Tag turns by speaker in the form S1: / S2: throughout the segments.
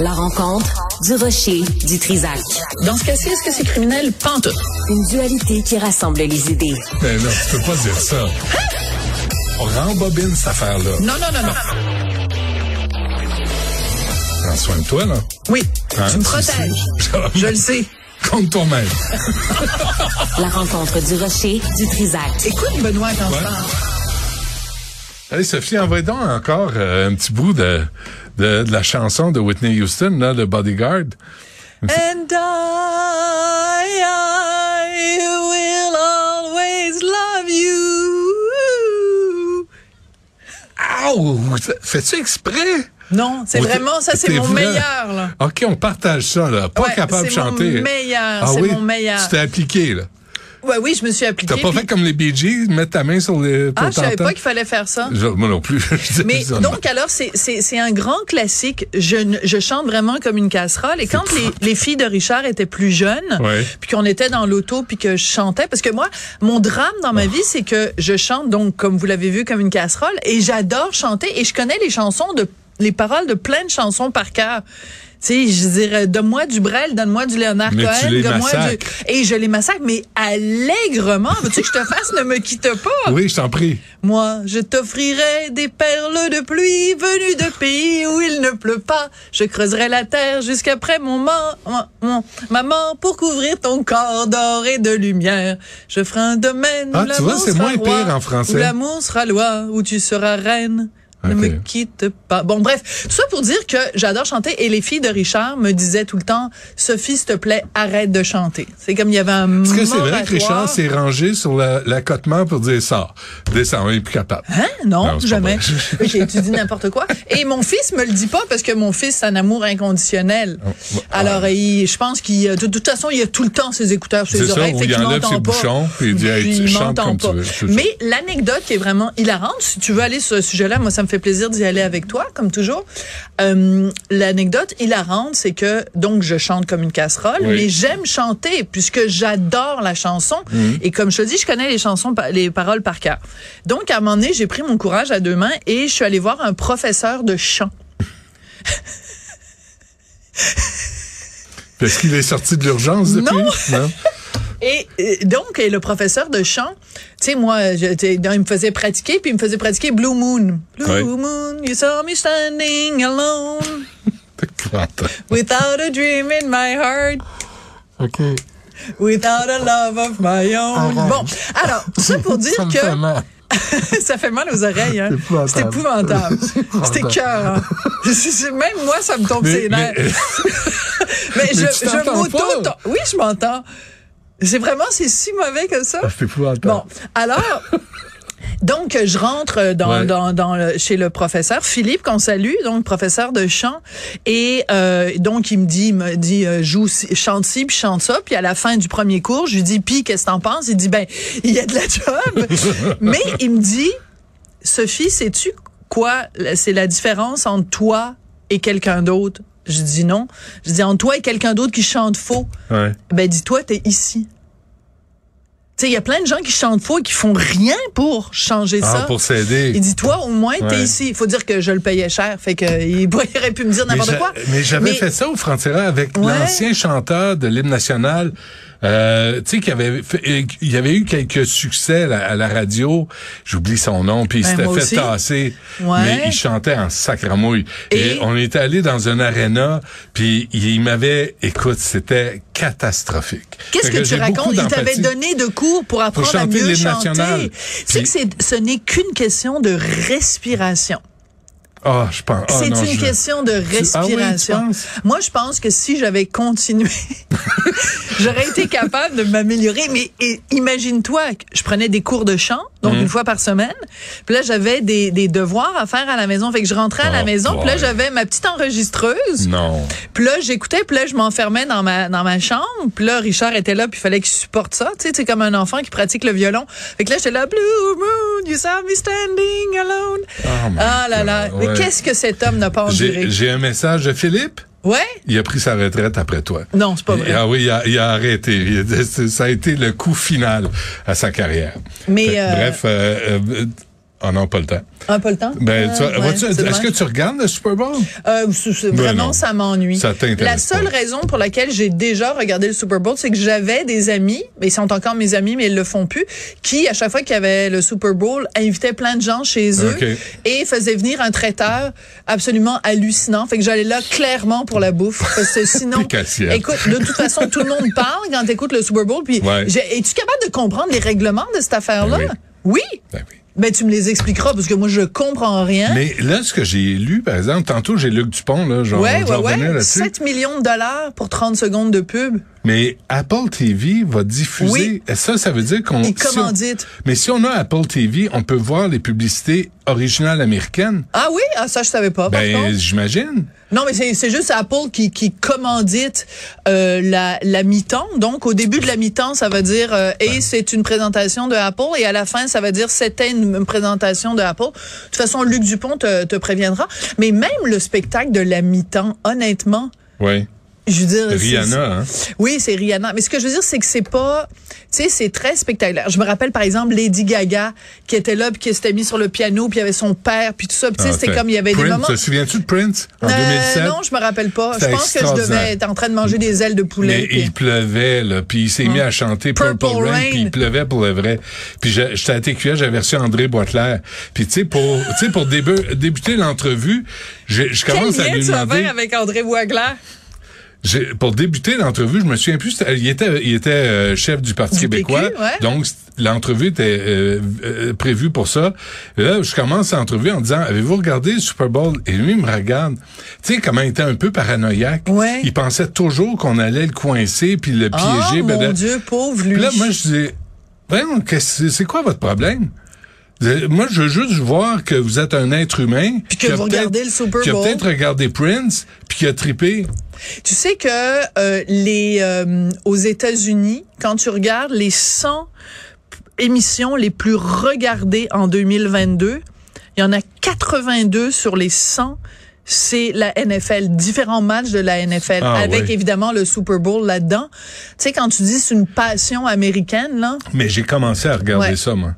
S1: La rencontre du rocher du Trisac.
S2: Dans ce cas-ci, est-ce que c'est criminel? Pantoute.
S1: Une dualité qui rassemble les idées.
S3: Mais non, Ben tu peux pas dire ça. On rembobine cette affaire-là.
S2: Hein? Non, non, non, non.
S3: Prends soin de toi, là.
S2: Oui,
S3: Hein,
S2: tu me protèges. Je le sais.
S3: Compte toi-même.
S1: La rencontre du rocher du Trisac.
S2: Écoute, Benoît, quand
S3: Ouais.
S2: je parle.
S3: Allez, Sophie, envoie donc encore euh, un petit bout de, de, de la chanson de Whitney Houston, là, le Bodyguard.
S2: And I, I will always love you.
S3: Ow! Fais-tu exprès?
S2: Non, c'est
S3: Oh,
S2: vraiment, ça, c'est
S3: t'es
S2: mon
S3: vrai.
S2: meilleur, là.
S3: OK, on partage ça, là. Pas
S2: Ouais,
S3: capable de
S2: c'est mon
S3: chanter.
S2: meilleur,
S3: Ah
S2: c'est
S3: oui?
S2: mon meilleur.
S3: Tu t'es appliqué, là.
S2: Ouais, oui, je me suis appliquée.
S3: T'as pas
S2: puis-
S3: fait comme les Bee Gees, mettre ta main sur les...
S2: Ah, je savais
S3: t'entends?
S2: pas qu'il fallait faire ça.
S3: Je- Moi non plus. Je dis-
S2: Mais
S3: je-
S2: donc alors c'est c'est c'est un grand classique. Je ne- je chante vraiment comme une casserole. Et quand les, les filles de Richard étaient plus jeunes,
S3: Ouais.
S2: puis qu'on était dans l'auto, puis que je chantais, parce que moi mon drame dans
S3: Oh.
S2: ma vie c'est que je chante donc comme vous l'avez vu comme une casserole et j'adore chanter et je connais les chansons de les paroles de plein de chansons par cœur. Tu sais, je dirais, donne-moi du Brel, donne-moi du Léonard
S3: Mais tu
S2: Cohen,
S3: les
S2: donne-moi du...
S3: massacres.
S2: Et je les massacre, mais allègrement. Veux-tu que je te fasse ne me quitte pas?
S3: Oui, je t'en prie.
S2: Moi, je t'offrirai des perles de pluie venues de pays où il ne pleut pas. Je creuserai la terre jusqu'après mon, ma- ma- mon- ma mort pour couvrir ton corps d'or et de lumière. Je ferai un domaine
S3: Ah,
S2: où
S3: tu
S2: l'amour
S3: vois, c'est
S2: sera
S3: moins
S2: roi,
S3: pire en français.
S2: Où l'amour sera loi, où tu seras reine. Ne
S3: Ok.
S2: me quitte pas. Bon, bref, tout ça pour dire que j'adore chanter et les filles de Richard me disaient tout le temps, Sophie, s'il te plaît, arrête de chanter. C'est comme il y avait un
S3: Est-ce que c'est vrai que Richard
S2: moratoire.
S3: s'est rangé sur la- l'accotement pour dire ça? Descends, il est plus capable.
S2: Hein? Non,
S3: Non, c'est pas
S2: jamais.
S3: vrai.
S2: J'ai étudié n'importe quoi. Et mon fils me le dit pas parce que mon fils, c'est un amour inconditionnel.
S3: Oh, ouais.
S2: Alors, il- je pense qu'il, de, toute façon, il a tout le temps ses écouteurs, ses
S3: C'est ça,
S2: oreilles.
S3: où
S2: fait
S3: il
S2: qu'il
S3: enlève
S2: m'entend pas.
S3: ses bouchons, puis il dit, Hey, tu-
S2: il
S3: chante
S2: m'entend
S3: comme tu
S2: pas.
S3: veux. C'est ça.
S2: Mais l'anecdote qui est vraiment hilarante, si tu veux aller sur ce sujet-là, moi, ça me fait plaisir d'y aller avec toi, comme toujours. Euh, l'anecdote hilarante, c'est que, donc, je chante comme une casserole,
S3: Oui.
S2: mais j'aime chanter puisque j'adore la chanson. Et comme je te dis, je connais les chansons, pa- les paroles par cœur. Donc, à un moment donné, j'ai pris mon courage à deux mains et je suis allée voir un professeur de chant.
S3: Parce qu'il est sorti de l'urgence depuis? Non.
S2: Et euh, donc, et le professeur de chant, tu sais, moi, je- t'sais, il me faisait pratiquer, puis il me faisait pratiquer Blue Moon. Blue
S3: Ouais.
S2: Moon, you saw me standing alone,
S3: Attends.
S2: without a dream in my heart.
S3: OK.
S2: Without a love of my own.
S3: Arrête.
S2: Bon, alors, tout ça pour dire
S3: Ça me
S2: que
S3: fait mal.
S2: ça fait mal aux oreilles. Hein.
S3: C'est épouvantable.
S2: C'est épouvantable.
S3: épouvantable.
S2: C'était cœur. hein. Même moi, ça me tombe
S3: Mais-
S2: ses nerfs.
S3: mais- euh,
S2: Mais, je,
S3: mais tu
S2: je
S3: t'entends
S2: m'auto.
S3: pas.
S2: Oui, je m'entends. C'est vraiment, c'est si mauvais que ça.
S3: Ah, C'est épouvantable.
S2: Bon, alors. Donc, je rentre euh, dans,
S3: Ouais.
S2: dans, dans le- chez le professeur Philippe, qu'on salue, donc professeur de chant. Et euh, donc, il me dit, il me dit euh, joue, ci- chante ci, puis chante ça. Puis à la fin du premier cours, je lui dis, puis qu'est-ce que t'en penses? Il dit, ben, il y a de la job. Mais il me dit, Sophie, sais-tu quoi? la- C'est la différence entre toi et quelqu'un d'autre. Je dis non. Je dis, entre toi et quelqu'un d'autre qui chante faux.
S3: Ouais.
S2: Ben, dis-toi, t'es ici. Tu sais, il y a plein de gens qui chantent faux et qui font rien pour changer
S3: Ah,
S2: ça.
S3: pour s'aider.
S2: Il dit, toi, au moins, t'es
S3: Ouais.
S2: ici. Il faut dire que je le payais cher. Fait que, il il aurait pu me dire
S3: Mais
S2: n'importe
S3: j'a-
S2: quoi.
S3: Mais j'avais
S2: Mais-
S3: fait ça au Frontières avec
S2: Ouais.
S3: l'ancien chanteur de l'hymne national, euh, tu sais, qui avait, fait- il y avait eu quelques succès là, à la radio. J'oublie son nom, puis il
S2: Ben,
S3: s'était fait
S2: moi aussi.
S3: tasser.
S2: Ouais.
S3: Mais il chantait en sacramouille. Et,
S2: Et-
S3: on était allé dans un aréna, puis il m'avait... Écoute, c'était catastrophique.
S2: Qu'est-ce
S3: Fait
S2: que, tu
S3: j'ai beaucoup
S2: racontes? Il t'avait
S3: d'empathie.
S2: donné de cours pour apprendre à
S3: chanter
S2: mieux
S3: l'hymne national.
S2: chanter. C'est
S3: Puis-
S2: que c'est, ce n'est qu'une question de respiration.
S3: Ah, je pense. ah,
S2: c'est
S3: non,
S2: une
S3: je-
S2: question de
S3: ah oui, tu
S2: respiration.
S3: penses?
S2: Moi, je pense que si j'avais continué, j'aurais été capable de m'améliorer. Mais et, imagine-toi, que je prenais des cours de chant,
S3: Mm.
S2: donc une fois par semaine. Puis là, j'avais des, des devoirs à faire à la maison. Fait que je rentrais à la
S3: Oh
S2: maison. Puis là,
S3: boy. Mm.
S2: j'avais ma petite enregistreuse.
S3: Non.
S2: Puis là, j'écoutais, puis là, je m'enfermais dans ma, dans ma chambre. Puis là, Richard était là, puis il fallait qu'il supporte ça. Tu sais, c'est comme un enfant qui pratique le violon. Fait que là, j'étais là, Blue Moon, you saw me standing alone.
S3: Oh my
S2: ah là là,
S3: God,
S2: mais
S3: ouais.
S2: qu'est-ce que cet homme n'a pas enduré?
S3: J'ai j'ai un message de Philippe.
S2: Ouais?
S3: Il a pris sa retraite après toi.
S2: Non, c'est pas vrai.
S3: Ah oui, il a, il a arrêté. Il a dit- c'est- ça a été le coup final à sa carrière.
S2: Mais,
S3: Fait-
S2: euh,
S3: Bref, euh, euh, oh non, pas le temps.
S2: Un peu le temps?
S3: Ben,
S2: Ah,
S3: tu vois,
S2: ouais,
S3: vas-tu-
S2: c'est
S3: est-ce
S2: dommage.
S3: que tu regardes le Super Bowl?
S2: Euh, c'est- c'est-
S3: Ben
S2: vraiment,
S3: non.
S2: ça m'ennuie.
S3: Ça t'intéresse
S2: La seule
S3: pas.
S2: raison pour laquelle j'ai déjà regardé le Super Bowl, c'est que j'avais des amis, mais ils sont encore mes amis, mais ils le font plus, qui, à chaque fois qu'il y avait le Super Bowl, invitaient plein de gens chez eux
S3: Ok.
S2: et faisaient venir un traiteur absolument hallucinant. Fait que j'allais là clairement pour la bouffe. Parce que sinon,
S3: Puis qu'assiette.
S2: écoute, de toute façon, tout le monde parle quand t'écoutes le Super Bowl. Puis,
S3: Ouais.
S2: j'ai- es-tu capable de comprendre les règlements de cette affaire-là?
S3: Ben
S2: oui.
S3: Ben oui.
S2: Ben, tu me les expliqueras parce que moi, je comprends rien.
S3: Mais là, ce que j'ai lu, par exemple, tantôt, j'ai Luc Dupont, là, genre,
S2: Ouais,
S3: je vais
S2: ouais,
S3: revenir
S2: ouais.
S3: là-dessus.
S2: 7 millions de dollars pour 30 secondes de pub.
S3: Mais Apple TV va diffuser.
S2: Oui.
S3: Et Ça, ça veut dire qu'on.
S2: Et
S3: on-
S2: commandite.
S3: mais si on a Apple TV, on peut voir les publicités originales américaines.
S2: Ah oui? Ah, ça, je savais pas, par
S3: Ben,
S2: contre.
S3: j'imagine.
S2: Non, mais c'est c'est juste Apple qui, qui commandite euh, la, la mi-temps. Donc, au début de la mi-temps, ça veut dire euh, et c'est une présentation de Apple » et à la fin, ça veut dire « c'était une, une présentation de Apple ». De toute façon, Luc Dupont te, te préviendra. Mais même le spectacle de la mi-temps, honnêtement,
S3: Oui.
S2: je veux dire... Euh, c'est-
S3: Rihanna, hein.
S2: Oui, c'est Rihanna. Mais ce que je veux dire, c'est que c'est pas, tu sais, c'est très spectaculaire. Je me rappelle, par exemple, Lady Gaga, qui était là, puis qui s'était mis sur le piano, puis il y avait son père, puis tout ça. Puis tu sais,
S3: Ah,
S2: c'était
S3: fait-
S2: comme, il y avait
S3: Prince,
S2: des moments...
S3: Te souviens-tu de Prince en
S2: Euh,
S3: 2007?
S2: non, je me rappelle pas. Je
S3: C'était
S2: pense que je
S3: extraordinaire.
S2: devais être en train de manger des ailes de poulet.
S3: Mais
S2: puis-
S3: il pleuvait, là, puis il s'est mis à chanter Purple,
S2: Hum. Purple
S3: Rain,
S2: Rain.
S3: puis il pleuvait pour le vrai. Puis je- j'étais à TQS, j'avais reçu André Boitler. Puis tu sais, pour, tu sais, pour débu- débuter l'entrevue, je, je
S2: Quel
S3: commence à
S2: lien
S3: lui
S2: tu vas
S3: demander...
S2: faire avec André Boisglaire?
S3: J'ai- pour débuter l'entrevue, je me souviens plus, c'était- il était, il était euh, chef du Parti
S2: Du
S3: québécois.
S2: PQ, ouais.
S3: Donc, c't- l'entrevue était euh, euh, prévue pour ça. Et là, je commence l'entrevue en disant, avez-vous regardé le Super Bowl? Et lui, il me regarde. Tu sais, comment il était un peu paranoïaque.
S2: Ouais.
S3: Il pensait toujours qu'on allait le coincer puis le
S2: Ah,
S3: piéger.
S2: mon
S3: ben, là-
S2: Dieu, pauvre lui.
S3: Puis là, moi, je dis, voyons, qu'est-ce- c'est c'est quoi votre problème? Euh, Moi, je veux juste voir que vous êtes un être humain.
S2: Puis que
S3: qui a
S2: vous
S3: peut-être-
S2: regardez le Super
S3: Qui a
S2: Bowl.
S3: peut-être regardé Prince, puis qui a trippé.
S2: Tu sais que euh, les euh, aux États-Unis, quand tu regardes les 100 p- émissions les plus regardées en 2022, il y en a 82 sur les 100 c'est la NFL, différents matchs de la NFL,
S3: Ah,
S2: avec
S3: ouais.
S2: évidemment le Super Bowl là-dedans. Tu sais, quand tu dis c'est une passion américaine, là,
S3: Mais j'ai commencé à regarder
S2: Ouais.
S3: ça, moi.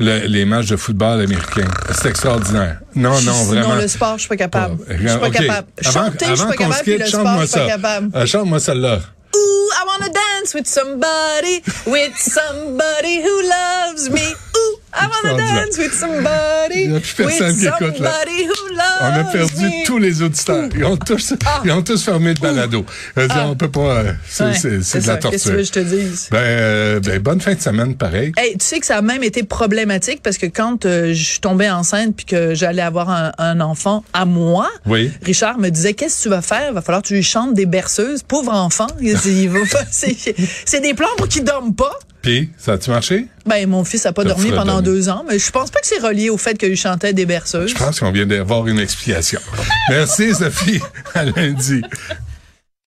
S3: Le- les matchs de football américain. C'est extraordinaire. Non, Oh non,
S2: Sinon,
S3: vraiment.
S2: le sport, je suis pas capable.
S3: Ah,
S2: Je suis pas
S3: ok.
S2: capable.
S3: Avant-
S2: Chanter, je
S3: avant
S2: suis pas
S3: qu'on
S2: capable,
S3: se
S2: puis
S3: quitte,
S2: le sport,
S3: chante-moi
S2: je suis pas
S3: ça.
S2: capable.
S3: Ah, chante-moi celle-là.
S2: Ooh, I wanna dance with somebody, with somebody who loves me. Ooh, I wanna
S3: Extraordinaire.
S2: dance with somebody,
S3: Il y a plus personne
S2: with
S3: qui écoute, là.
S2: somebody who loves
S3: On a perdu
S2: me.
S3: tous les auditeurs. Ils ont tous, ils ont tous fermé le balado. Je veux dire, On peut pas. euh, C'est
S2: Ah. Ouais,
S3: c'est- c'est de la
S2: ça.
S3: torture.
S2: Qu'est-ce que tu veux que je te dise?
S3: Ben, euh, ben, bonne fin de semaine, pareil.
S2: Hey, tu sais que ça a même été problématique parce que quand euh, je suis tombée enceinte puis que j'allais avoir un, un enfant à moi,
S3: Oui.
S2: Richard me disait qu'est-ce que tu vas faire Va falloir que tu lui chantes des berceuses, pauvre enfant. Il dit, il va pas- c'est c'est des plans pour qu'il dorme pas.
S3: Puis, ça a-tu marché?
S2: Ben mon fils a pas
S3: Ça
S2: dormi
S3: fera
S2: pendant
S3: dormir.
S2: deux ans, mais je pense pas que c'est relié au fait que lui chantait des berceuses.
S3: Je pense qu'on vient d'avoir une explication. Merci, Sophie. À lundi.